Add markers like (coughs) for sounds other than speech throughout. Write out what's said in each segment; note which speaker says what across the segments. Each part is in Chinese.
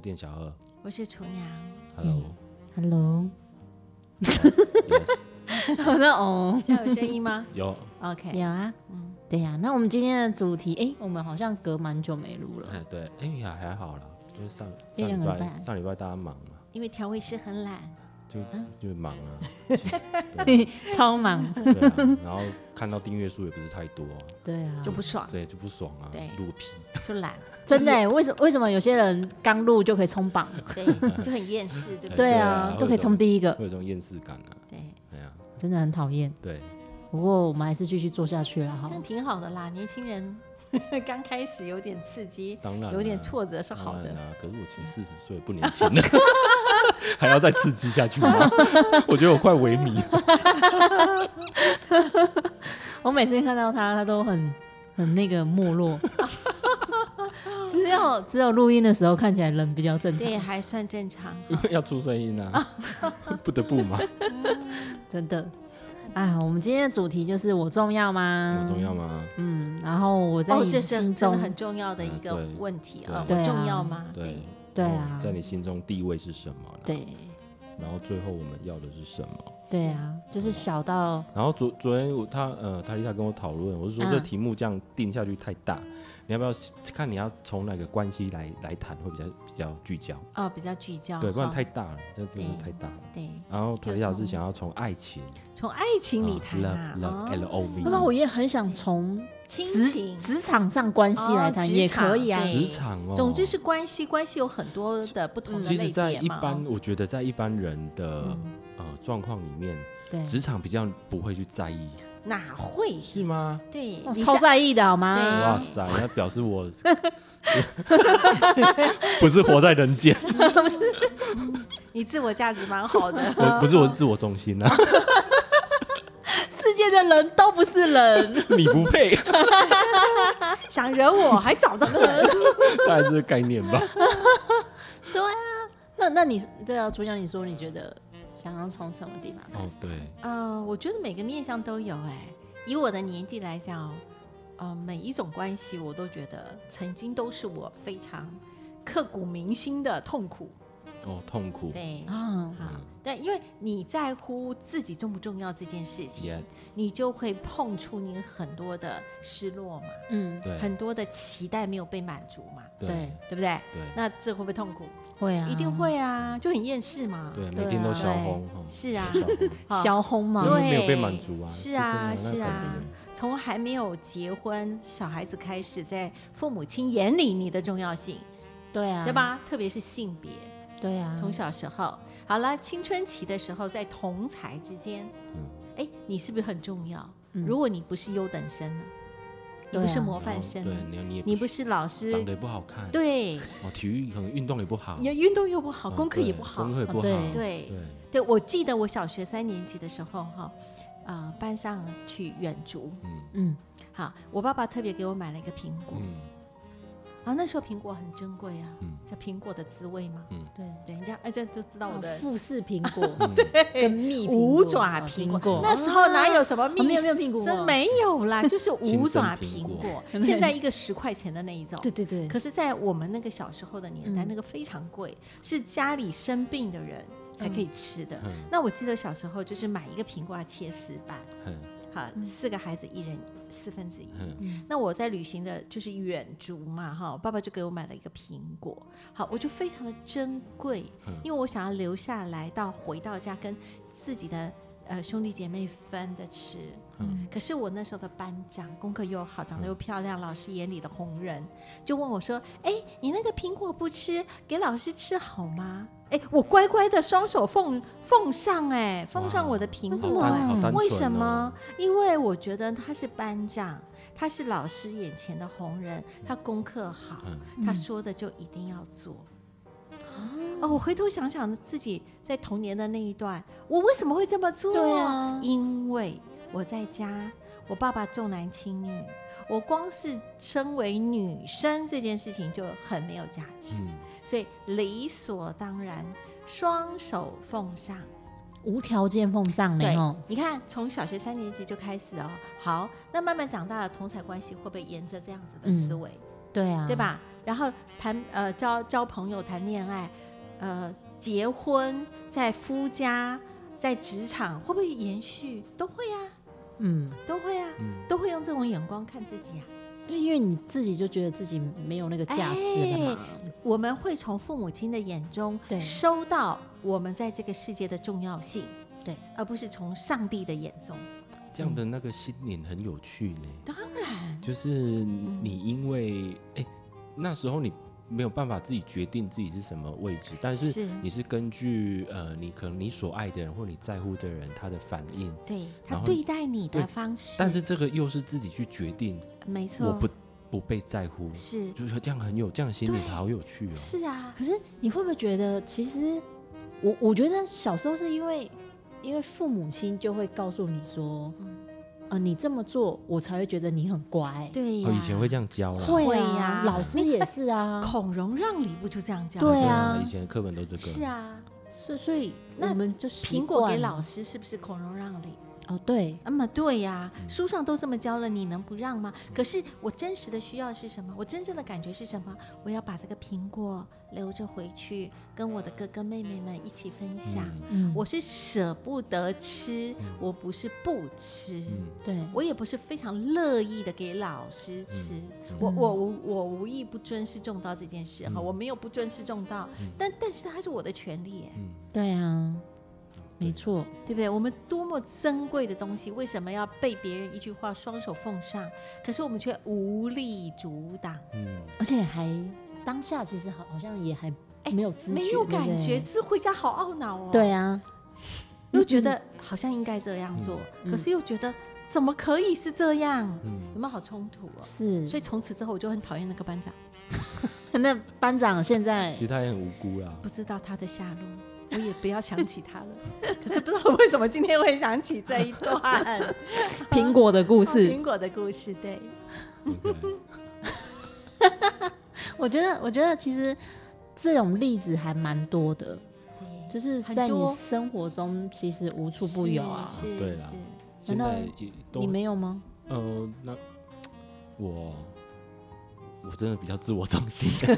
Speaker 1: 店小二
Speaker 2: 我是厨娘。
Speaker 3: 嗯 (laughs)
Speaker 1: ，Hello，Yes，
Speaker 4: Hello，
Speaker 2: 我说哦，
Speaker 3: 这样有声音吗
Speaker 1: 有，
Speaker 3: (laughs) ？OK，
Speaker 4: (laughs)
Speaker 3: 嗯
Speaker 4: 有啊，对呀、那我们今天的主题，哎、我们好像隔蛮久没录了，
Speaker 1: 哎对，哎呀还好啦，就是上
Speaker 4: 一
Speaker 1: 上
Speaker 4: 两
Speaker 1: 礼
Speaker 4: 个
Speaker 1: 拜
Speaker 4: 礼拜
Speaker 1: 上礼拜大家忙嘛，
Speaker 3: 因为调味师很懒，
Speaker 1: 就
Speaker 3: 嗯
Speaker 1: 就忙啊，
Speaker 4: 超忙。
Speaker 1: 对啊，然后看到订阅数也不是太多
Speaker 3: (laughs)
Speaker 1: 啊，
Speaker 4: (laughs) 对啊，
Speaker 3: 就不爽，
Speaker 1: 这也就不爽啊
Speaker 3: 对，
Speaker 1: 录个屁，
Speaker 3: 就懒，
Speaker 4: 真的、欸，为什么为什么有些人刚录就可以冲榜？
Speaker 3: 对，就很厌世，对不对？
Speaker 4: 对
Speaker 1: 对
Speaker 4: 啊
Speaker 1: 啊，
Speaker 4: 都可以冲第一个，
Speaker 1: 会有这种厌世感啊，
Speaker 3: 对，
Speaker 1: 哎呀，
Speaker 4: 真的很讨厌。
Speaker 1: 对，
Speaker 4: 不过我们还是继续做下去了
Speaker 3: 这
Speaker 4: 哈。
Speaker 3: 样挺好的啦。年轻人 (laughs) 刚开始有点刺激，
Speaker 1: 当然
Speaker 3: 有点
Speaker 1: 啦
Speaker 3: 挫折是好
Speaker 1: 当然
Speaker 3: 的。
Speaker 1: 啦可是我已经四十岁，不年轻了， (laughs) 还要再刺激下去吗？ (laughs) 我觉得我快萎靡。
Speaker 4: (laughs) 我每次看到他，他都很很那个没落， (laughs) 只有只有录音的时候看起来人比较正常
Speaker 3: 对，，还算正常。
Speaker 1: (laughs) 要出声音
Speaker 3: (laughs)
Speaker 1: 啊，不得不嘛，
Speaker 4: 真的。啊，我们今天的主题就是我重要吗
Speaker 1: 很？重要吗？
Speaker 4: 嗯，然后我在
Speaker 3: 哦，
Speaker 4: 你
Speaker 3: 这
Speaker 4: 心
Speaker 3: 是真
Speaker 4: 中，
Speaker 3: 的很重要的一个
Speaker 1: 嗯对
Speaker 3: 问题啊，
Speaker 1: 对
Speaker 3: 我
Speaker 4: 对啊
Speaker 3: 重要吗？
Speaker 1: 对，
Speaker 4: 对啊
Speaker 1: 在你心中地位是什么啦？
Speaker 4: 对
Speaker 1: 然后最后我们要的是什么？
Speaker 4: 对啊，就是小到
Speaker 1: 然后昨昨天我他呃塔丽塔跟我讨论，我是说
Speaker 4: 嗯
Speaker 1: 这题目这样定下去太大，你要不要看你要从哪个关系来来谈会比较比较聚焦？
Speaker 3: 啊，比较聚焦，
Speaker 1: 对，不然
Speaker 3: 哈
Speaker 1: 太大了，这真的太大了。
Speaker 3: 对，
Speaker 1: 然后塔丽塔是想要从爱情，
Speaker 3: 从爱情里谈啊
Speaker 1: 啊，，love
Speaker 3: 哦
Speaker 1: love L O
Speaker 4: 那么
Speaker 1: V，
Speaker 4: 我也很想从
Speaker 3: 亲
Speaker 4: 职
Speaker 3: 情
Speaker 4: 职场上关系来谈、
Speaker 3: 哦
Speaker 4: 也可以啊
Speaker 3: 职。
Speaker 1: 职场哦，
Speaker 3: 总之是关系，关系有很多的不同的
Speaker 1: 其
Speaker 3: 类别
Speaker 1: 实，在一
Speaker 3: 嘛
Speaker 1: 般，
Speaker 3: 哦嗯
Speaker 1: 我觉得在一般人的、呃状况里面，
Speaker 4: 对，
Speaker 1: 职场比较不会去在意，
Speaker 3: 哪会？
Speaker 1: 是吗？
Speaker 3: 对，
Speaker 4: 我
Speaker 3: 你
Speaker 4: 哦超
Speaker 3: 像
Speaker 4: 在意的好
Speaker 3: 对
Speaker 4: 吗？
Speaker 1: 哇塞，那表示我 (laughs) 不是活在人间，，
Speaker 3: 你自 (laughs) 我价值蛮好的
Speaker 1: 我不是我是自我中心啊，
Speaker 4: 世界的人都不是人，
Speaker 1: (laughs) 你不配，
Speaker 3: (laughs) 想惹我还早 (laughs) 得很。
Speaker 1: 大概这个概念吧。
Speaker 4: 对啊。那那你对啊，主讲你说你觉得想要从什么地方开
Speaker 1: 哦
Speaker 4: 始？，
Speaker 1: 对，
Speaker 3: 呃，我觉得每个面向都有哎、以我的年纪来讲，呃，每一种关系我都觉得曾经都是我非常刻骨铭心的痛苦。
Speaker 1: 哦，痛苦
Speaker 3: 对。
Speaker 4: 啊，
Speaker 3: 好，对，因为你在乎自己重不重要这件事情，
Speaker 1: ，yes，
Speaker 3: 你就会碰触你很多的失落嘛，
Speaker 4: 嗯，
Speaker 1: 对
Speaker 3: 很多的期待没有被满足嘛，
Speaker 4: 对
Speaker 1: 对
Speaker 3: 对不对？
Speaker 1: 对
Speaker 3: 那这会不会痛苦？
Speaker 4: 会啊，
Speaker 3: 一定会啊，就很厌世嘛。
Speaker 1: 对，
Speaker 4: 对
Speaker 1: 每天都
Speaker 4: 啊
Speaker 1: 小红哦，
Speaker 3: 是啊
Speaker 1: 小红
Speaker 3: 好
Speaker 4: 小红嘛
Speaker 1: 因，为
Speaker 3: 对
Speaker 1: 没有被满足啊，这
Speaker 3: 是
Speaker 1: 真的
Speaker 3: 啊
Speaker 1: 那
Speaker 3: 是啊
Speaker 1: 肯定
Speaker 3: 从还没有结婚小孩子开始，在父母亲眼里你的重要性，
Speaker 4: 对啊，
Speaker 3: 对？吧？特别是性别，
Speaker 4: 对啊，
Speaker 3: 从小时候，好了，青春期的时候，在同才之间，
Speaker 1: 嗯
Speaker 3: 哎，你是不是很重要？
Speaker 4: 嗯
Speaker 3: 如果你不是优等生呢？你
Speaker 4: 对啊
Speaker 3: 不是模范生
Speaker 1: 对，
Speaker 3: 呢？
Speaker 1: 你你也
Speaker 3: 你不是老师？
Speaker 1: 长得也不好看，
Speaker 3: 对，
Speaker 1: 哦，体育可能运动也不好，
Speaker 3: 也运动又不好，
Speaker 1: 嗯
Speaker 3: 功课也
Speaker 1: 对
Speaker 3: 不好哦
Speaker 1: 功，课也不好，
Speaker 4: 对
Speaker 3: 对
Speaker 1: 对，
Speaker 3: 对，我记得我小学三年级的时候，哈，呃，班上去远足，
Speaker 1: 嗯
Speaker 4: 嗯，
Speaker 3: 好，我爸爸特别给我买了一个苹果，
Speaker 1: 嗯
Speaker 3: 啊，那时候苹果很珍贵啊，
Speaker 1: 嗯
Speaker 3: 叫苹果的滋味嘛，
Speaker 4: 对。
Speaker 3: 对，人家哎这就知道我的
Speaker 4: 哦富士苹果
Speaker 1: (laughs) 嗯，
Speaker 4: 跟蜜苹果
Speaker 3: 五爪
Speaker 4: 啊
Speaker 3: 苹
Speaker 4: 果，哦
Speaker 3: 那时候哪有什么蜜？
Speaker 4: 没有没有苹果
Speaker 3: 真没有
Speaker 4: (laughs)
Speaker 3: 啦，就是五爪
Speaker 1: 亲
Speaker 3: 苹
Speaker 1: 生苹
Speaker 3: 果
Speaker 1: 果，
Speaker 3: 现在一个十块钱的那一种。
Speaker 4: 对对对，
Speaker 3: 可是，在我们那个小时候的年代，
Speaker 4: 嗯
Speaker 3: 那个非常贵，是家里生病的人才可以吃的。
Speaker 1: 嗯
Speaker 3: 那我记得小时候就是买一个苹果要切四瓣，
Speaker 1: 嗯
Speaker 3: 好，四个孩子一人四分之一。
Speaker 1: 嗯
Speaker 3: 那我在旅行的就是远足嘛，哈，爸爸就给我买了一个苹果，好，我就非常的珍贵
Speaker 1: 嗯，
Speaker 3: 因为我想要留下来到回到家跟自己的呃兄弟姐妹分着吃。
Speaker 1: 嗯
Speaker 3: 可是我那时候的班长功课又好，长得又漂亮，老师眼里的红人，就问我说：“哎，你那个苹果不吃，给老师吃好吗？”哎，我乖乖的双手奉奉上、哎，奉上我的苹
Speaker 4: 为什
Speaker 3: 果、
Speaker 4: 么
Speaker 3: 哎
Speaker 1: 好
Speaker 4: 啊
Speaker 1: 单好单纯哦
Speaker 3: 为什么？？因为我觉得他是班长，他是老师眼前的红人，他功课好，
Speaker 1: 嗯
Speaker 3: 他说的就一定要做。
Speaker 4: 啊
Speaker 3: 哦，我回头想想自己在童年的那一段，我为什么会这么做？
Speaker 4: 对啊
Speaker 3: 因为我在家，我爸爸重男轻女，我光是身为女生这件事情就很没有价值，
Speaker 1: 嗯，
Speaker 3: 所以理所当然，双手奉上。
Speaker 4: 无条件奉上
Speaker 3: 对
Speaker 4: 呢，吼，
Speaker 3: 你看，从小学三年级就开始哦。好，那慢慢长大了，同才关系会不会沿着这样子的
Speaker 4: 嗯
Speaker 3: 思维
Speaker 4: 对啊，
Speaker 3: 对？吧？然后谈呃交交朋友、谈恋爱，呃结婚，在夫家、在职场，会不会延续？都会啊，
Speaker 4: 嗯，
Speaker 3: 都会啊，
Speaker 1: 嗯，
Speaker 3: 都会用这种眼光看自己啊。
Speaker 4: 就因为你自己就觉得自己没有那个价值了嘛，
Speaker 3: 我们会从父母亲的眼中
Speaker 4: 对
Speaker 3: 收到我们在这个世界的重要性，
Speaker 4: 对，
Speaker 3: 而不是从上帝的眼中。
Speaker 1: 这样的那个心灵很有趣呢。
Speaker 3: 当然，
Speaker 1: 就是
Speaker 3: 嗯
Speaker 1: 你因为哎、那时候你没有办法自己决定自己是什么位置，但是
Speaker 3: 是
Speaker 1: 你是根据呃你可能你所爱的人或你在乎的人他的反应，
Speaker 3: 对他
Speaker 1: 然后
Speaker 3: 对待你的
Speaker 1: 对
Speaker 3: 方式，
Speaker 1: 但是这个又是自己去决定，
Speaker 3: 没
Speaker 1: 我
Speaker 3: 错，
Speaker 1: 不不被在乎，
Speaker 3: 是
Speaker 1: 就是这样很有这样的心理
Speaker 3: 对
Speaker 1: 好有趣哦。
Speaker 3: 是啊，
Speaker 4: 可是你会不会觉得，其实我我觉得小时候是因为，因为父母亲就会告诉你说，呃，你这么做，我才会觉得你很乖。
Speaker 3: 对呀、嗯
Speaker 1: 哦，以前会这样教啦。
Speaker 4: 会
Speaker 3: 会呀
Speaker 4: 啊，老师也是啊， (laughs)
Speaker 3: 孔融让梨不就这样讲？
Speaker 4: 对
Speaker 1: 对
Speaker 4: 啊
Speaker 1: 以前的课本都这个。
Speaker 3: 是啊，
Speaker 4: 所以所以
Speaker 3: 那
Speaker 4: 我们就习
Speaker 3: 苹果
Speaker 4: 惯
Speaker 3: 给
Speaker 4: 了
Speaker 3: 老师是不是孔融让梨？
Speaker 4: 哦，对，
Speaker 3: 那么对呀、
Speaker 1: 嗯
Speaker 3: 书上都这么教了，你能不让吗？可是我真实的需要是什么？我真正的感觉是什么？我要把这个苹果留着回去，跟我的哥哥妹妹们一起分享。
Speaker 1: 嗯
Speaker 4: 嗯，
Speaker 3: 我是啊舍不得吃，我不是不吃，
Speaker 1: 嗯，
Speaker 4: 对
Speaker 3: 我也不是非常乐意的给老师吃。
Speaker 4: 嗯
Speaker 3: 我我我我无意不尊师重道这件事哈，
Speaker 1: 嗯
Speaker 3: 我没有不尊师重道，
Speaker 4: 嗯
Speaker 3: 但但是它是我的权利耶。
Speaker 4: 对啊，没错，
Speaker 3: 对不对？我们多么珍贵的东西，为什么要被别人一句话双手奉上？可是我们却无力阻挡，
Speaker 1: 嗯，
Speaker 4: 而且还当下其实好好像也还哎没有知觉，
Speaker 3: 没有
Speaker 4: 对不
Speaker 3: 感觉，
Speaker 4: 对，
Speaker 3: 这回家好懊恼哦。，
Speaker 4: 对嗯啊，
Speaker 3: 又觉得好像应该这样做，
Speaker 4: 嗯
Speaker 3: 可是又觉得怎么可以是这样？
Speaker 1: 嗯
Speaker 3: 有没有好冲突哦？
Speaker 4: 是，
Speaker 3: 所以从此之后，我就很讨厌那个班长，
Speaker 4: 那班长现在
Speaker 1: 其实他也很无辜啦。
Speaker 3: 不知道他的下落， (laughs) 我也不要想起他了。 (laughs) 可是不知道为什么今天会想起这一 (laughs) 段
Speaker 4: 苹果的故
Speaker 3: 故
Speaker 4: 事，
Speaker 3: 苹果的故事，对， (laughs)
Speaker 1: OK
Speaker 4: 我觉得，我觉得其实这种例子还蛮多的，
Speaker 3: 对
Speaker 4: 就是
Speaker 3: 很
Speaker 4: 在你
Speaker 3: 多
Speaker 4: 生活中其实无处不有啊。
Speaker 3: 是
Speaker 1: 对
Speaker 3: 是
Speaker 1: 啦
Speaker 3: 是。
Speaker 1: 现
Speaker 4: 难道
Speaker 1: 在也都
Speaker 4: 你没有吗？
Speaker 1: 呃，那我我真的比较自我中 (laughs) 心。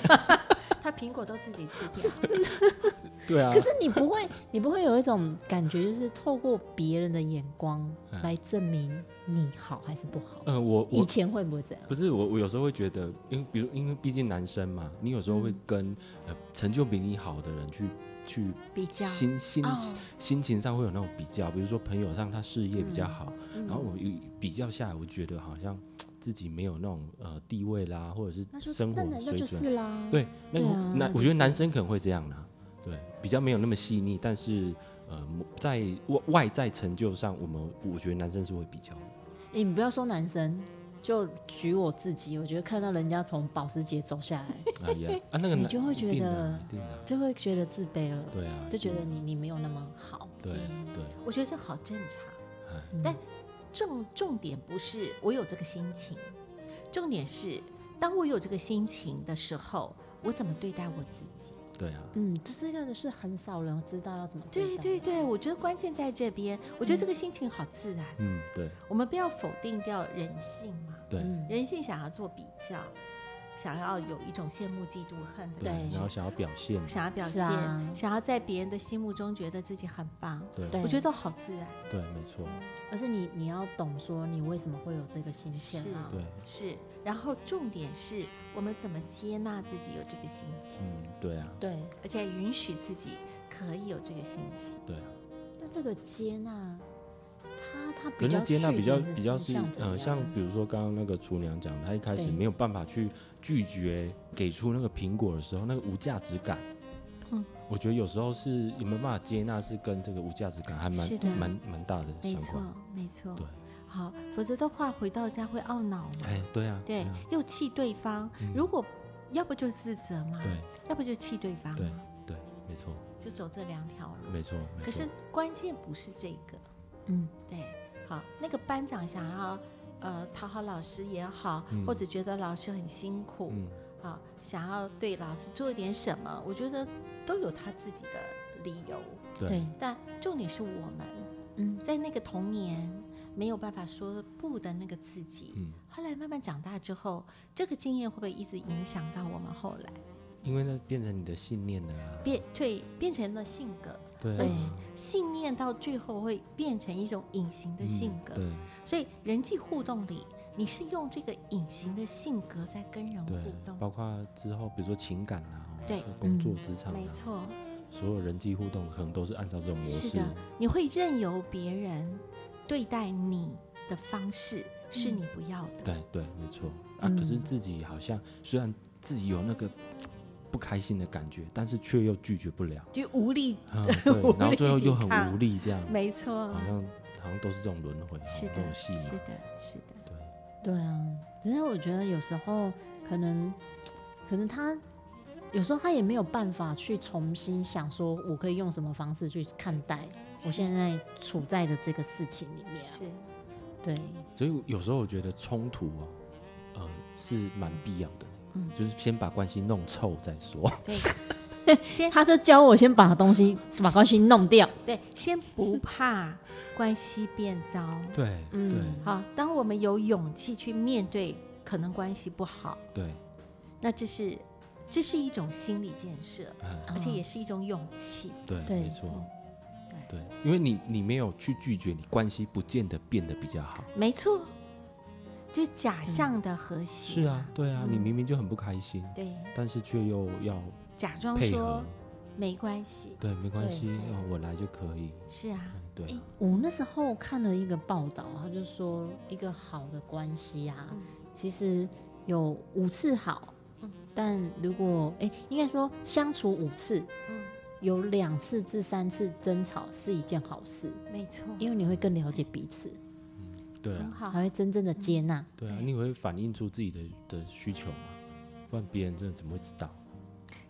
Speaker 3: 他苹果都自己吃掉，
Speaker 1: (laughs) 对啊
Speaker 4: 可是你不会，你不会有一种感觉，就是透过别人的眼光
Speaker 1: 嗯
Speaker 4: 来证明你好还是不好？
Speaker 1: 呃，我
Speaker 4: 以
Speaker 1: 我
Speaker 4: 前会不会这样？
Speaker 1: 不是我，我有时候会觉得，因为比如因为毕竟男生嘛，你有时候
Speaker 4: 嗯
Speaker 1: 会跟、呃成就比你好的人去去
Speaker 3: 比较
Speaker 1: 心心、
Speaker 4: 嗯
Speaker 3: 哦
Speaker 1: 心情上会有那种比较，比如说朋友上他事业比较好，
Speaker 4: 嗯
Speaker 1: 然后我一比较下来，我觉得好像自己没有那种呃地位啦，或者
Speaker 4: 那
Speaker 1: 是
Speaker 4: 就
Speaker 1: 生
Speaker 4: 那
Speaker 1: 活
Speaker 4: 那那
Speaker 1: 水
Speaker 4: 就
Speaker 1: 准
Speaker 4: 是啦。
Speaker 1: 对，那
Speaker 4: 对
Speaker 1: 个
Speaker 4: 啊
Speaker 1: 那
Speaker 4: 就
Speaker 1: 我觉得
Speaker 4: 是
Speaker 1: 男生可能会这样啦，对，比较没有那么细腻，但是呃，在外外在成就上，我们我觉得男生是会比较的，
Speaker 4: 诶，欸你不要说男生，就举我自己，我觉得看到人家从保时捷走下来， (laughs)
Speaker 1: 哎呀，啊那个
Speaker 4: 你
Speaker 1: 男
Speaker 4: 就会
Speaker 1: 一
Speaker 4: 觉
Speaker 1: 定的
Speaker 4: 得
Speaker 1: 一定的啊，
Speaker 4: 就会觉得自卑了，
Speaker 1: 对啊，
Speaker 4: 就觉
Speaker 1: 一
Speaker 4: 得
Speaker 1: 定
Speaker 4: 你你没有那么好。
Speaker 1: 对对，
Speaker 3: 我觉得这好正常。
Speaker 1: 哎，
Speaker 4: 嗯
Speaker 3: 但重重点不是我有这个心情，重点是当我有这个心情的时候，我怎么对待我自己？
Speaker 1: 对啊，
Speaker 4: 嗯，就这个是很少人知道要怎么
Speaker 3: 对
Speaker 4: 待
Speaker 3: 对对，嗯我觉得关键在这边。我觉得这个心情好自然，
Speaker 1: 嗯对
Speaker 3: 我们不要否定掉人性嘛。
Speaker 1: 对
Speaker 4: 嗯
Speaker 3: 人性想要做比较，想要有一种羡慕、嫉妒、恨的
Speaker 1: 对
Speaker 3: 感，
Speaker 1: 然后
Speaker 3: 觉，
Speaker 1: 想要表现，
Speaker 3: 想要表
Speaker 4: 是
Speaker 3: 现，
Speaker 4: 啊
Speaker 3: 想要在别人的心目中觉得自己很棒。
Speaker 1: 对
Speaker 4: 对
Speaker 3: 我觉得都好自然，
Speaker 1: 对，没错，
Speaker 4: 而是你你要懂说你为什么会有这个心情啊？
Speaker 1: 对，
Speaker 3: 是。然后重点是我们怎么接纳自己有这个心情，
Speaker 1: 嗯对啊
Speaker 4: 对，
Speaker 3: 而且允许自己可以有这个心情。
Speaker 1: 对啊，
Speaker 4: 那这个接纳，他他
Speaker 1: 可
Speaker 4: 比
Speaker 1: 是
Speaker 4: 较
Speaker 1: 那接纳
Speaker 4: 具
Speaker 1: 比
Speaker 4: 体
Speaker 1: 较
Speaker 4: 是
Speaker 1: 比较
Speaker 4: 是
Speaker 1: 是
Speaker 4: 像怎
Speaker 1: 呃
Speaker 4: 样
Speaker 1: 像比如说刚刚那个厨娘讲的，她一开始
Speaker 4: 对
Speaker 1: 没有办法去拒绝给出那个苹果的时候，那个无价值感。
Speaker 3: 嗯
Speaker 1: 我觉得有时候是有没有办法接纳，是跟这个无价值感还
Speaker 3: 是的
Speaker 1: 蛮蛮蛮大的
Speaker 3: 没
Speaker 1: 相
Speaker 3: 错
Speaker 1: 关。，
Speaker 3: 没错。
Speaker 1: 对，
Speaker 3: 好，否则的话回到家会懊恼嘛，
Speaker 1: 哎，对啊，
Speaker 3: 对
Speaker 1: 啊，嗯
Speaker 3: 又气对方。如果要不就自责嘛，
Speaker 1: 对
Speaker 3: 要不就气对方，
Speaker 1: 对对，没错，
Speaker 3: 就走这两条路。
Speaker 1: 没错，没
Speaker 3: 可
Speaker 1: 错
Speaker 3: 是。关键不是这个，
Speaker 4: 嗯，
Speaker 3: 对，好，那个班长想要呃讨好老师也好，或者觉得老师很辛苦，
Speaker 1: 嗯，
Speaker 3: 好，想要对老师做一点什么，我觉得都有他自己的理由。
Speaker 1: 对
Speaker 4: 对，
Speaker 3: 但重点是我们，
Speaker 4: 嗯
Speaker 3: 在那个童年，没有办法说不的那个自己。
Speaker 1: 嗯
Speaker 3: 后来慢慢长大之后，这个经验会不会一直影响到我们后来
Speaker 1: 因为那变成你的信念了啊。
Speaker 3: 变对变成了性格？
Speaker 1: 对
Speaker 3: 而
Speaker 1: 啊，
Speaker 3: 信念到最后会变成一种隐形的
Speaker 1: 嗯
Speaker 3: 性格，
Speaker 1: 对
Speaker 3: 所以人际互动里，你是用这个隐形的性格在跟人互
Speaker 1: 对，
Speaker 3: 动。
Speaker 1: 包括之后比如说情感啊，
Speaker 3: 对
Speaker 1: 或者工作
Speaker 4: 嗯
Speaker 1: 职场
Speaker 3: 没
Speaker 1: 啊，
Speaker 3: 错，
Speaker 1: 所有人际互动可能都是按照这种模
Speaker 3: 是
Speaker 1: 式
Speaker 3: 的。你会任由别人对待你的方式是
Speaker 1: 嗯
Speaker 3: 你不要的。
Speaker 1: 对对，没错啊。
Speaker 3: 嗯
Speaker 1: 可是自己好像虽然自己有那个不开心的感觉，但是却又拒绝不了，
Speaker 3: 就无力， (laughs)
Speaker 1: 嗯，对，然后最后
Speaker 3: 抵
Speaker 1: 又很
Speaker 3: 抗
Speaker 1: 无力，这样
Speaker 3: 没错
Speaker 1: 好，像好像都是这种轮回，
Speaker 3: 是
Speaker 1: 这种
Speaker 3: 的，
Speaker 1: 戏
Speaker 3: 是
Speaker 1: 嘛，
Speaker 3: 的，是的，
Speaker 1: 对，
Speaker 4: 对啊，只是我觉得有时候可能，可能他有时候他也没有办法去重新想说，我可以用什么方式去看待我现在处在的这个事情里面啊。
Speaker 3: 是
Speaker 4: 对，
Speaker 1: 所以有时候我觉得冲突哦，呃，是蛮必要的，
Speaker 4: 嗯
Speaker 1: 就是先把关系弄臭再说，
Speaker 3: 对。
Speaker 1: (laughs)
Speaker 3: 先
Speaker 4: 他就教我先把东西把关系弄掉。
Speaker 3: 对，先不怕关系变糟，
Speaker 1: 对，对
Speaker 4: 嗯，
Speaker 3: 好，当我们有勇气去面对可能关系不好，
Speaker 1: 对，
Speaker 3: 那这是这是一种心理建设，
Speaker 1: 嗯，
Speaker 3: 而且也是一种勇气。
Speaker 1: 对，
Speaker 4: 对
Speaker 1: 没错。
Speaker 3: 嗯
Speaker 1: 对，因为你你没有去拒绝，你关系不见得变得比较好。
Speaker 3: 没错，就是假象的和
Speaker 1: 是
Speaker 3: 谐。
Speaker 1: 啊，，对啊，
Speaker 3: 嗯
Speaker 1: 你明明就很不开心，
Speaker 3: 对，
Speaker 1: 但是却又要
Speaker 3: 假装
Speaker 1: 配
Speaker 3: 说
Speaker 1: 合，
Speaker 3: 没关系。
Speaker 1: 对，没关
Speaker 4: 对
Speaker 1: 系，哦我来就可以，
Speaker 3: 是啊，
Speaker 1: 嗯对啊，
Speaker 4: 我那时候看了一个报道，啊他就说一个好的关系啊，
Speaker 3: 嗯
Speaker 4: 其实有五次好，
Speaker 3: 嗯
Speaker 4: 但如果哎、应该说相处五次，
Speaker 3: 嗯，
Speaker 4: 有两次至三次争吵是一件好事，
Speaker 3: 没错，
Speaker 4: 因为你会更了解彼此，
Speaker 1: 对
Speaker 3: 很
Speaker 1: 啊，
Speaker 3: 好
Speaker 4: 还。会真正的接纳。
Speaker 1: 对啊，
Speaker 3: 嗯对
Speaker 1: 你会反映出自己的的需求嘛？不然别人真的怎么会知道？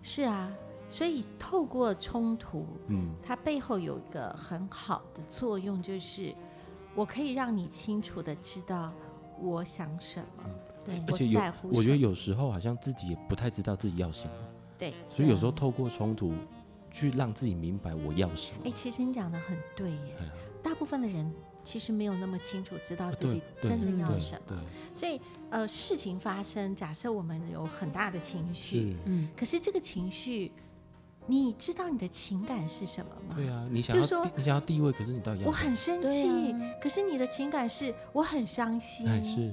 Speaker 3: 是啊，所以透过冲突，
Speaker 1: 嗯，
Speaker 3: 它背后有一个很好的作用，就是我可以让你清楚的知道我想什么。
Speaker 4: 对
Speaker 1: 嗯而且有
Speaker 3: 在乎，
Speaker 1: 我觉得
Speaker 3: 什
Speaker 1: 有时候好像自己也不太知道自己要什么，
Speaker 3: 对，
Speaker 1: 所以有
Speaker 4: 对啊
Speaker 1: 时候透过冲突去让自己明白我要什么
Speaker 3: 哎，。其实你讲的很对耶
Speaker 1: 哎呀，
Speaker 3: 大部分的人其实没有那么清楚知道
Speaker 1: 啊
Speaker 3: 自己
Speaker 1: 对
Speaker 3: 真的
Speaker 4: 对
Speaker 3: 要
Speaker 1: 对
Speaker 3: 什么，
Speaker 1: 对，
Speaker 3: 所以呃，事情发生，假设我们有很大的情绪，
Speaker 1: 是，
Speaker 4: 嗯，
Speaker 3: 可是这个情绪，你知道你的情感是什么吗？
Speaker 1: 对啊，你想
Speaker 3: 就
Speaker 1: 要
Speaker 3: 是说
Speaker 1: 地你想要地位，可是你到底
Speaker 3: 我
Speaker 1: 要什么？
Speaker 3: 很生
Speaker 4: 对
Speaker 3: 气，
Speaker 4: 啊
Speaker 3: 可是你的情感是我很伤心，
Speaker 1: 哎，是，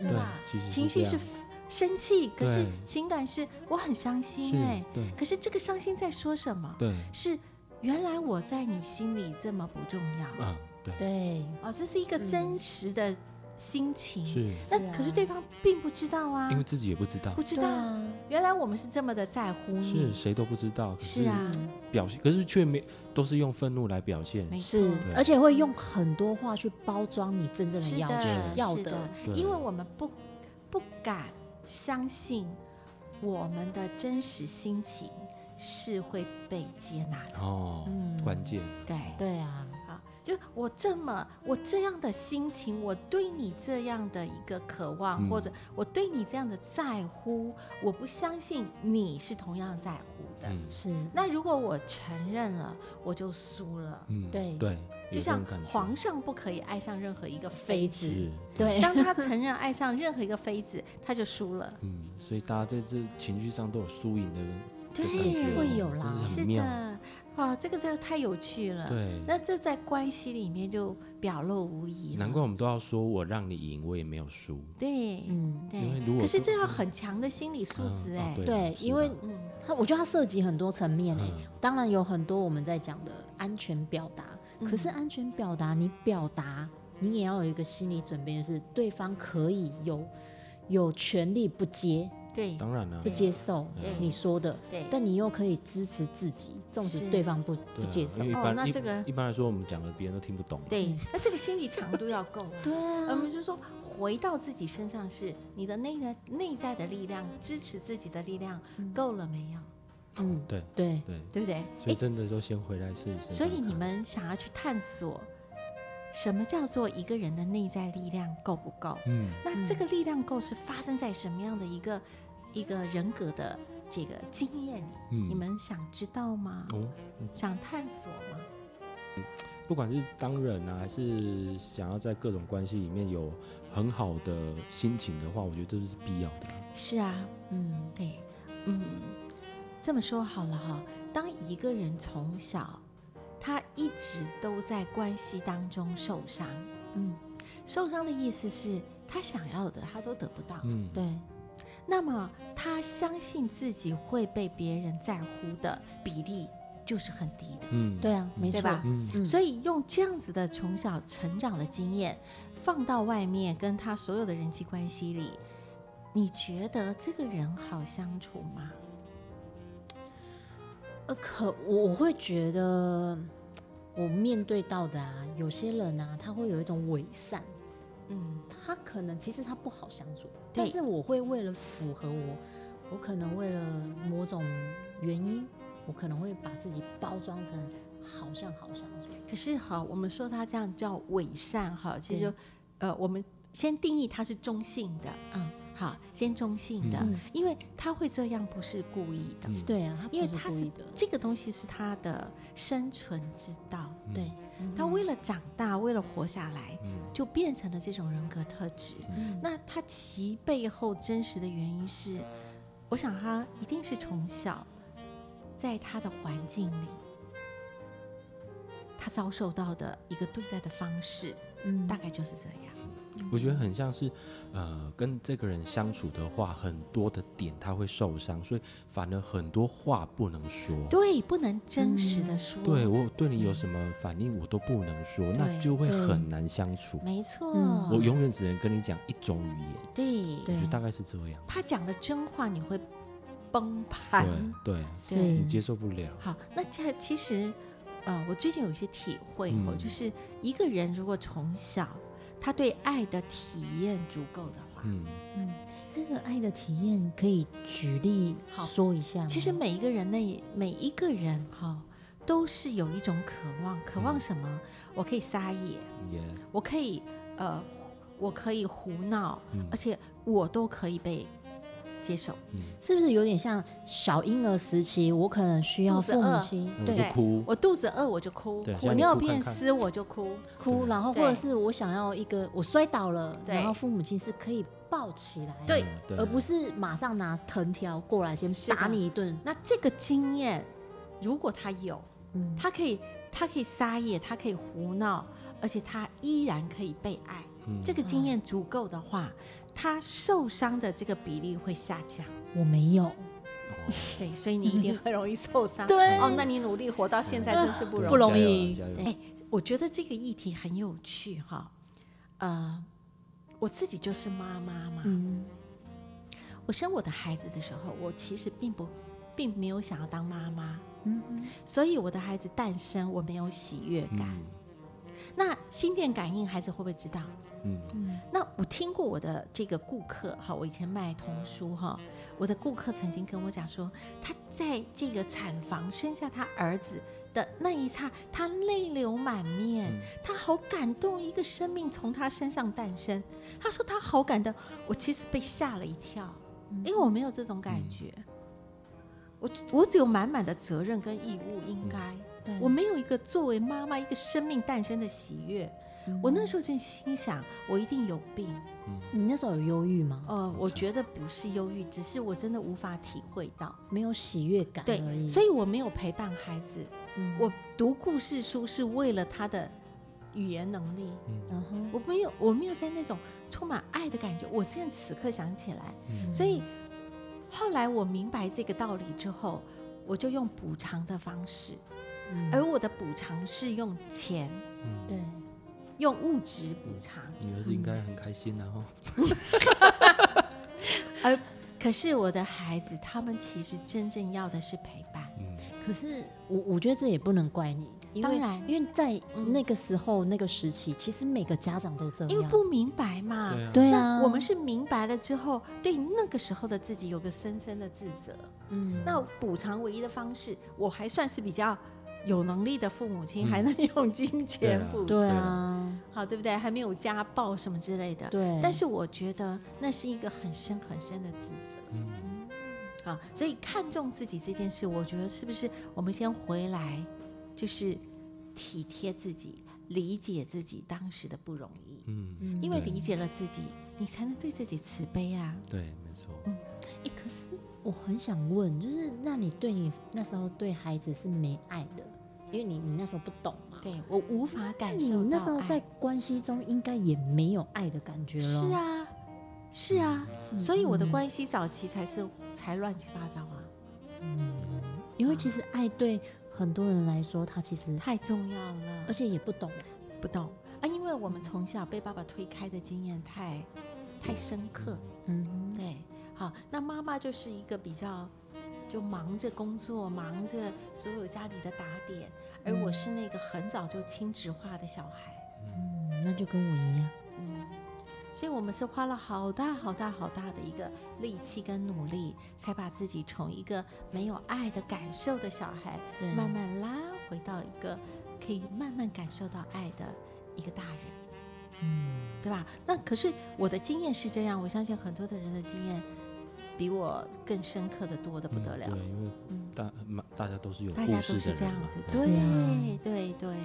Speaker 3: 对
Speaker 1: 对
Speaker 3: 吧？
Speaker 1: 其实
Speaker 3: 情
Speaker 1: 是
Speaker 3: 绪
Speaker 1: 这
Speaker 3: 是
Speaker 1: 样
Speaker 3: 生气，可是
Speaker 1: 对
Speaker 3: 情感是我很伤
Speaker 1: 是
Speaker 3: 心，哎，，
Speaker 1: 对
Speaker 3: 可是这个伤心在说什么？
Speaker 1: 对，
Speaker 3: 是原来我在你心里这么不重要。
Speaker 1: 嗯，对，
Speaker 4: 对，
Speaker 3: 哦，这是一个真实的心情。
Speaker 1: 嗯是，
Speaker 3: 那
Speaker 4: 是啊
Speaker 3: 可是对方并不知道啊
Speaker 1: 因，为自己也不知道
Speaker 3: 不，知
Speaker 4: 对
Speaker 3: 道、
Speaker 4: 啊，
Speaker 3: 原来我们是这么的在乎
Speaker 1: 是
Speaker 3: 你。
Speaker 1: 谁都不知道，可
Speaker 3: 是啊，
Speaker 1: 表现，可是却没都是用愤怒来表现，
Speaker 3: 没错
Speaker 4: 是，
Speaker 1: 对
Speaker 4: 而且会用很多话去包装你真正
Speaker 3: 是
Speaker 4: 的要求
Speaker 3: 的，
Speaker 4: 要
Speaker 3: 是
Speaker 4: 的
Speaker 3: 的，，
Speaker 1: 对
Speaker 3: 因为我们不不敢相信我们的真实心情是会被接纳的。
Speaker 1: 哦，
Speaker 3: 嗯
Speaker 1: 关键，
Speaker 3: 对，
Speaker 4: 对啊，
Speaker 3: 啊，就我这么我这样的心情，我对你这样的一个渴望，
Speaker 1: 嗯
Speaker 3: 或者我对你这样的在乎，我不相信你是同样在乎的。
Speaker 1: 嗯
Speaker 4: 是，
Speaker 3: 那如果我承认了，我就输了。
Speaker 1: 嗯，
Speaker 4: 对
Speaker 1: 对，
Speaker 3: 就
Speaker 1: 有这种
Speaker 3: 像
Speaker 1: 感觉
Speaker 3: 皇上不可以爱上任何一个妃
Speaker 4: 妃
Speaker 3: 子，
Speaker 4: 子，
Speaker 1: 是，
Speaker 4: 对，
Speaker 3: 当他承认爱上任何一个妃子， (laughs) 他就输了。
Speaker 1: 嗯，所以大家在这情绪上都有输赢的
Speaker 3: 对
Speaker 1: 的感觉哦，
Speaker 4: 会有啦
Speaker 1: 真的
Speaker 3: 是
Speaker 1: 很妙，
Speaker 3: 的，哇，这个真的太有趣了。
Speaker 1: 对，
Speaker 3: 那这在关系里面就表露无遗了。
Speaker 1: 难怪我们都要说我让你赢，我也没有输，
Speaker 3: 对，
Speaker 4: 嗯，
Speaker 1: 因为如
Speaker 3: 对。
Speaker 1: 果
Speaker 3: 可是
Speaker 1: 说
Speaker 3: 这要很强的心理素
Speaker 1: 嗯
Speaker 3: 质
Speaker 1: 哦
Speaker 3: 哎。
Speaker 1: 对
Speaker 4: 对，
Speaker 1: 是
Speaker 4: 因为
Speaker 1: 的
Speaker 3: 嗯，
Speaker 4: 它我觉得它涉及很多层面诶、
Speaker 1: 嗯
Speaker 4: 当然有很多我们在讲的安全表达，可是
Speaker 3: 嗯
Speaker 4: 安全表达，你表达你也要有一个心理准备，就是对方可以有有权利不接
Speaker 3: 嗯对
Speaker 1: 当然了
Speaker 4: 不，接受
Speaker 1: 对啊
Speaker 4: 你说的，
Speaker 3: 对。
Speaker 4: 但你又可以支持自己，纵
Speaker 3: 是
Speaker 4: 使对方不
Speaker 1: 对
Speaker 4: 不
Speaker 1: 啊
Speaker 4: 接受
Speaker 1: 因为。一
Speaker 3: 哦那
Speaker 1: 般一
Speaker 3: 这个
Speaker 1: 一般来说我们讲了别人都听不懂，
Speaker 3: 对，那这个心理强度要够啊。
Speaker 4: 对
Speaker 3: 我
Speaker 4: 啊，
Speaker 3: 们就说回到自己身上是你的内在内在的力量，支持自己的力量够了没有？
Speaker 4: 嗯，
Speaker 1: 对
Speaker 4: 对，
Speaker 1: 对，
Speaker 3: 对不对？
Speaker 1: 所以真的都先回来自己身上
Speaker 3: 所以你
Speaker 1: 看
Speaker 3: 们想要去探索什么叫做一个人的内在力量够不够？
Speaker 1: 嗯，
Speaker 3: 那这个力量够是发生在什么样的一个一个人格的这个经验里？
Speaker 1: 嗯
Speaker 3: 你们想知道吗？
Speaker 1: 哦，
Speaker 3: 想探索吗？
Speaker 1: 不管是当人啊，还是想要在各种关系里面有很好的心情的话，我觉得这是必要的啊。
Speaker 3: 是啊，
Speaker 4: 嗯，
Speaker 3: 对，嗯，这么说好了哈，当一个人从小他一直都在关系当中受伤，
Speaker 4: 嗯，
Speaker 3: 受伤的意思是他想要的他都得不到，
Speaker 1: 嗯，
Speaker 4: 对，
Speaker 3: 那么他相信自己会被别人在乎的比例就是很低的。
Speaker 1: 嗯，
Speaker 4: 对啊，没
Speaker 3: 对
Speaker 4: 错，
Speaker 3: 吧
Speaker 1: 嗯，
Speaker 4: 嗯
Speaker 3: 所以用这样子的从小成长的经验放到外面，跟他所有的人际关系里，你觉得这个人好相处吗？
Speaker 4: 呃，可我我会觉得，我面对到的啊，有些人啊，他会有一种伪善，
Speaker 3: 嗯，
Speaker 4: 他可能其实他不好相处，
Speaker 3: 对
Speaker 4: 但是我会为了符合我，我可能为了某种原因，我可能会把自己包装成好像好相处，
Speaker 3: 可是好，我们说他这样叫伪善哈，其实
Speaker 4: 对
Speaker 3: 呃，我们先定义他是中性的，
Speaker 4: 嗯，
Speaker 3: 好，先中性的，
Speaker 4: 嗯
Speaker 3: 因为他会这样不是故意的，
Speaker 1: 嗯
Speaker 4: 对啊，他不
Speaker 3: 因为
Speaker 4: 是
Speaker 3: 他
Speaker 4: 故
Speaker 3: 是
Speaker 4: 意的，
Speaker 3: 这个东西是他的生存之道，
Speaker 4: 对，
Speaker 3: 他为了长大，为了活下来，
Speaker 1: 嗯
Speaker 3: 就变成了这种人格特质。
Speaker 4: 嗯
Speaker 3: 那他其背后真实的原因是，我想他一定是从小在他的环境里，他遭受到的一个对待的方式，
Speaker 4: 嗯
Speaker 3: 大概就是这样。
Speaker 1: 我觉得很像是，呃，跟这个人相处的话，很多的点他会受伤，所以反而很多话不能说。
Speaker 3: 对，不能真实的说。
Speaker 1: 嗯对我对你有什么反应，我都不能说，那
Speaker 3: 对
Speaker 1: 就会
Speaker 4: 对
Speaker 1: 很难相处。
Speaker 3: 没错。
Speaker 4: 嗯
Speaker 1: 我永远只能跟你讲一种语言，
Speaker 3: 对，
Speaker 1: 我
Speaker 4: 对
Speaker 1: 觉得大概是这样。
Speaker 3: 他讲了真话，你会崩盘。
Speaker 1: 对对，
Speaker 3: 对
Speaker 4: 是
Speaker 1: 你接受不了。
Speaker 3: 好，那这其实，呃，我最近有一些体会哦，
Speaker 1: 嗯
Speaker 3: 就是一个人如果从小他对爱的体验足够的话，
Speaker 1: 嗯，
Speaker 4: 嗯，这个爱的体验可以举例
Speaker 3: 好
Speaker 4: 说一下吗，
Speaker 3: 其实每一个人内每一个人哈、都是有一种渴望，渴望
Speaker 1: 嗯
Speaker 3: 什么？我可以撒野，
Speaker 1: 也
Speaker 3: 我可以呃，我可以胡闹，
Speaker 1: 嗯
Speaker 3: 而且我都可以被接受。
Speaker 1: 嗯，
Speaker 4: 是不是有点像小婴儿时期，我可能需
Speaker 3: 肚
Speaker 4: 要
Speaker 3: 子
Speaker 4: 父母
Speaker 3: 饿
Speaker 4: 亲
Speaker 1: 那我
Speaker 3: 对
Speaker 1: 就哭。
Speaker 3: 我肚子饿我就哭，
Speaker 1: 对
Speaker 3: 我
Speaker 1: 像你
Speaker 3: 尿
Speaker 1: 哭看
Speaker 3: 变
Speaker 1: 看
Speaker 3: 湿我就哭，
Speaker 4: 哭，
Speaker 1: 对
Speaker 4: 然后或
Speaker 3: 对
Speaker 4: 者是我想要一个我摔倒了，
Speaker 3: 对
Speaker 4: 然后父母亲是可以抱起来，
Speaker 3: 对
Speaker 1: 嗯对，
Speaker 4: 而不是马上拿藤条过来先
Speaker 3: 是的
Speaker 4: 打你一顿。
Speaker 3: 那这个经验，如果他有，
Speaker 4: 嗯，
Speaker 3: 他可以，他可以撒野，他可以胡闹，而且他依然可以被爱。
Speaker 1: 嗯
Speaker 3: 这个经验足够的话，他受伤的这个比例会下降。
Speaker 4: 我没有，
Speaker 1: 哦
Speaker 3: 对，所以你一定很容易受伤。
Speaker 4: 对
Speaker 3: 哦，那你努力活到现在真 (laughs) 是不容易。
Speaker 4: 不容
Speaker 1: 加油啊
Speaker 4: 易
Speaker 1: 加油
Speaker 3: 对哎我觉得这个议题很有趣哈、呃，我自己就是妈妈嘛，
Speaker 4: 嗯
Speaker 3: 我生我的孩子的时候，我其实并不，并没有想要当妈妈，
Speaker 4: 嗯，
Speaker 3: 所以我的孩子诞生，我没有喜悦感。
Speaker 1: 嗯
Speaker 3: 那心电感应，孩子会不会知道？
Speaker 1: 嗯
Speaker 3: 那我听过我的这个顾客哈，我以前卖童书哈，我的顾客曾经跟我讲说，他在这个产房生下他儿子的那一刹，他泪流满面，
Speaker 1: 嗯
Speaker 3: 他好感动，一个生命从他身上诞生。他说他好感动，我其实被吓了一跳，因为我没有这种感觉，我我只有满满的责任跟义务，应该、
Speaker 4: 对，
Speaker 3: 我没有一个作为妈妈一个生命诞生的喜悦。
Speaker 4: 嗯
Speaker 3: 我那时候就心想，我一定有病。
Speaker 4: 你那时候有忧郁吗？
Speaker 3: 呃，我觉得不是忧郁，只是我真的无法体会到。
Speaker 4: 没有喜悦感
Speaker 3: 对
Speaker 4: 而，已。
Speaker 3: 所以我没有陪伴孩子。
Speaker 4: 嗯
Speaker 3: 我读故事书是为了他的语言能力，
Speaker 4: 然后
Speaker 3: 我没有，我没有在那种充满爱的感觉。我现在此刻想起来，
Speaker 1: 嗯
Speaker 3: 所以后来我明白这个道理之后，我就用补偿的方式，
Speaker 4: 嗯
Speaker 3: 而我的补偿是用钱，
Speaker 1: 嗯，
Speaker 4: 对，
Speaker 3: 用物质补偿。
Speaker 1: 你儿子应该很开心啊，哦
Speaker 3: 可是我的孩子，他们其实真正要的是陪伴。
Speaker 1: 嗯，
Speaker 4: 可是我我觉得这也不能怪你，因为
Speaker 3: 当然
Speaker 4: 因为在
Speaker 3: 嗯
Speaker 4: 那个时候那个时期，其实每个家长都这样，
Speaker 3: 因为不明白嘛。
Speaker 1: 对啊，
Speaker 4: 对啊
Speaker 3: 那，我们是明白了之后，对那个时候的自己有个深深的自责。
Speaker 4: 嗯
Speaker 3: 那补偿唯一的方式，我还算是比较有能力的父母亲，还能用金钱
Speaker 1: 嗯对啊
Speaker 3: 补偿，
Speaker 4: 对啊，
Speaker 3: 好对不对？还没有家暴什么之类的。
Speaker 4: 对，
Speaker 3: 但是我觉得那是一个很深很深的自责
Speaker 1: 嗯，
Speaker 3: 啊，所以看重自己这件事，我觉得是不是我们先回来，就是体贴自己，理解自己当时的不容易，
Speaker 1: 嗯，
Speaker 3: 因为
Speaker 1: 对
Speaker 3: 理解了自己，你才能对自己慈悲啊。
Speaker 1: 对，没错。
Speaker 4: 哎、可是我很想问，就是那你对你那时候对孩子是没爱的，因为你你那时候不懂嘛。
Speaker 3: 对我无法
Speaker 4: 那
Speaker 3: 感
Speaker 4: 你
Speaker 3: 受到
Speaker 4: 那时候
Speaker 3: 爱
Speaker 4: 在关系中应该也没有爱的感觉了。
Speaker 3: 是，啊，是啊，
Speaker 4: 嗯
Speaker 3: 所以我的关系早期才是才乱七八糟啊，
Speaker 4: 因为其实爱对很多人来说，他其实
Speaker 3: 太重要了
Speaker 4: 而，且也不懂。
Speaker 3: 不懂啊，因为我们从小被爸爸推开的经验太太深刻，
Speaker 4: 嗯，
Speaker 3: 对，好，那妈妈就是一个比较就忙着工作，忙着所有家里的打点，而我是那个很早就亲职化的小孩，
Speaker 4: 嗯那就跟我一样。
Speaker 3: 嗯，所以我们是花了好大好大好大的一个力气跟努力，才把自己从一个没有爱的感受的小孩，
Speaker 4: 对
Speaker 3: 慢慢拉回到一个可以慢慢感受到爱的一个大人，
Speaker 4: 嗯，
Speaker 3: 对吧？那可是我的经验是这样，我相信很多的人的经验比我更深刻的多的不得了
Speaker 1: 嗯。对，因为
Speaker 3: 嗯
Speaker 1: 大嘛大家都是有
Speaker 3: 大
Speaker 1: 故
Speaker 3: 家都
Speaker 1: 事
Speaker 3: 是
Speaker 1: 的
Speaker 3: 这
Speaker 1: 人
Speaker 3: 样
Speaker 1: 嘛
Speaker 3: 子，
Speaker 1: 对
Speaker 3: 对
Speaker 4: 是啊嗯
Speaker 3: 对对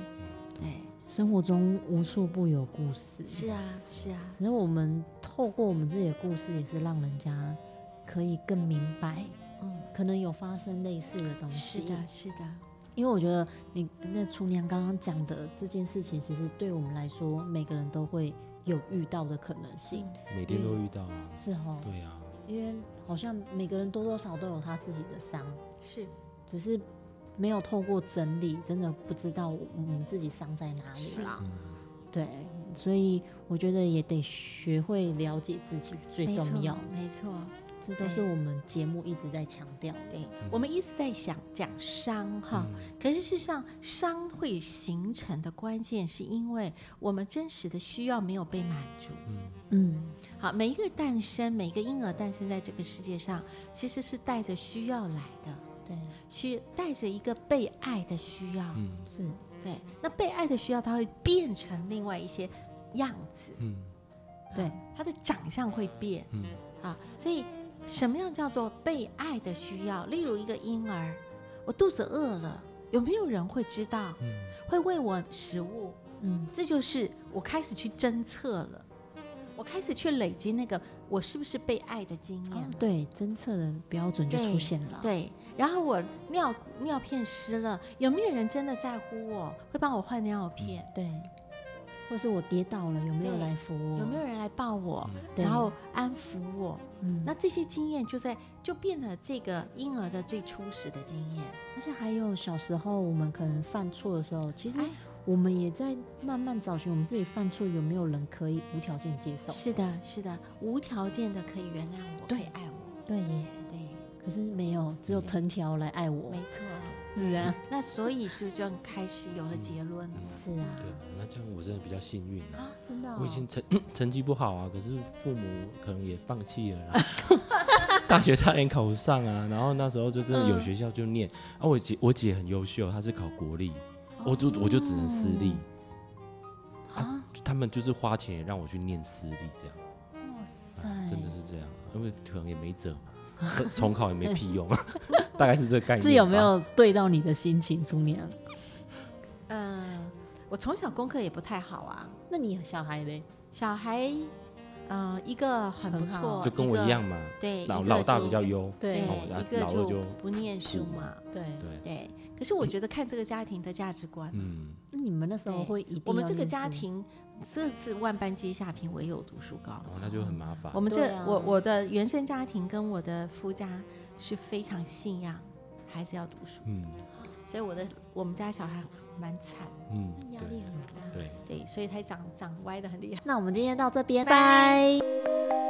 Speaker 3: 对，
Speaker 4: 生活中无处不有故事。
Speaker 3: 是啊是啊，
Speaker 4: 只是我们透过我们自己的故事，也是让人家可以更明白，
Speaker 3: 嗯，
Speaker 4: 可能有发生类似的东西。
Speaker 3: 是的是的，
Speaker 4: 因为我觉得你那厨娘刚刚讲的这件事情，其实对我们来说，每个人都会有遇到的可能性，
Speaker 1: 每天都遇到啊。
Speaker 4: 是哦，
Speaker 1: 对啊，
Speaker 4: 因为好像每个人多多少少都有他自己的伤，
Speaker 3: 是
Speaker 4: 只是没有透过整理，真的不知道我们自己伤在哪里
Speaker 3: 是
Speaker 4: 啦。
Speaker 1: 嗯，
Speaker 4: 对，所以我觉得也得学会了解自己最
Speaker 3: 没错
Speaker 4: 重要，
Speaker 3: 没错。
Speaker 4: 这都是我们节目一直在强调的。
Speaker 3: 对，我们一直在想讲伤哈，
Speaker 1: 嗯
Speaker 3: 可是事实上伤会形成的关键是因为我们真实的需要没有被满足。
Speaker 4: 嗯，
Speaker 3: 好，每一个诞生，每一个婴儿诞生在这个世界上，其实是带着需要来的，
Speaker 4: 对，
Speaker 3: 需带着一个被爱的需要。
Speaker 1: 嗯
Speaker 4: 是，
Speaker 3: 对，那被爱的需要，它会变成另外一些样子，
Speaker 1: 嗯
Speaker 4: 对，
Speaker 3: 它的长相会变。
Speaker 1: 嗯
Speaker 3: 啊，所以什么样叫做被爱的需要？例如一个婴儿，我肚子饿了，有没有人会知道，
Speaker 1: 嗯
Speaker 3: 会喂我食物？
Speaker 4: 嗯，
Speaker 3: 这就是我开始去侦测了，我开始去累积那个我是不是被爱的经验
Speaker 4: 哦
Speaker 3: 了。
Speaker 4: 对，侦测的标准就
Speaker 3: 嗯对
Speaker 4: 出现了。
Speaker 3: 对，然后我尿尿片湿了，有没有人真的在乎我？会帮我换尿片？
Speaker 4: 对，或是我跌倒了，有没有
Speaker 3: 对
Speaker 4: 来扶我？
Speaker 3: 有没有人来抱我？
Speaker 1: 嗯
Speaker 4: 对？
Speaker 3: 然后安抚我？
Speaker 4: 嗯，
Speaker 3: 那这些经验就在就变了这个婴儿的最初始的经验。
Speaker 4: 而且还有小时候我们可能犯错的时候，其实
Speaker 3: 哎
Speaker 4: 我们也在慢慢找寻我们自己犯错有没有人可以无条件接受。
Speaker 3: 是的，是的，无条件的可以原谅我，可以爱我，
Speaker 4: 对耶，
Speaker 3: 对，
Speaker 4: 可是没有，只有
Speaker 3: 对
Speaker 4: 藤条来爱我
Speaker 3: 没。错。嗯
Speaker 4: 是啊，
Speaker 3: 那所以就这样开始有了结论了嘛。
Speaker 4: 是啊，
Speaker 1: 对啊，那这样我真的比较幸运啊。
Speaker 4: 啊，真的哦。
Speaker 1: 我以前成 (coughs) 成绩不好啊，可是父母可能也放弃了啦。 (laughs) 大学差点考不上啊，然后那时候就真的有学校就念。啊，我姐我姐很优秀，她是考国立，我就我就只能私立。啊，他们就是花钱也让我去念私立这样。
Speaker 4: 哇塞，
Speaker 1: 真的是这样，因为可能也没辙嘛，重考也没屁用，大概是这个概念吧。
Speaker 4: 这有没有对到你的心情，啊厨娘？
Speaker 3: (laughs) 嗯，我从小功课也不太好啊，
Speaker 4: 那你小孩嘞？
Speaker 3: 小孩，呃，一个很不
Speaker 4: 很好
Speaker 3: 错，
Speaker 1: 就跟我
Speaker 3: 个
Speaker 1: 一样，嘛？
Speaker 3: 对，
Speaker 1: 老
Speaker 3: 一个
Speaker 1: 老大
Speaker 3: 就
Speaker 1: 比较优，
Speaker 3: 对，
Speaker 4: 对
Speaker 1: 哦啊
Speaker 3: 一个
Speaker 1: 老二
Speaker 3: 就
Speaker 1: 就
Speaker 3: 不念书
Speaker 1: 苦
Speaker 3: 嘛，
Speaker 4: 对，
Speaker 1: 对，
Speaker 3: 对。可是我觉得看这个家庭的价值观，
Speaker 1: 嗯，
Speaker 4: 那你们那时候
Speaker 3: 对
Speaker 4: 会一定
Speaker 3: 我们
Speaker 4: 要
Speaker 3: 这个
Speaker 4: 念
Speaker 3: 家
Speaker 4: 书
Speaker 3: 庭这次万般皆下品，唯有读书高。
Speaker 1: 哦，那就很麻烦
Speaker 3: 我。们这、
Speaker 4: 对啊
Speaker 3: 我我的原生家庭跟我的夫家是非常信仰孩子要读书，
Speaker 1: 嗯
Speaker 3: 所以我的我们家小孩蛮惨，
Speaker 1: 嗯，
Speaker 4: 压力
Speaker 1: 对
Speaker 4: 很大。
Speaker 1: 对。
Speaker 3: 对，所以才长长歪的很厉害。
Speaker 4: 那我们今天到这边，
Speaker 3: 拜
Speaker 4: 拜。
Speaker 3: 拜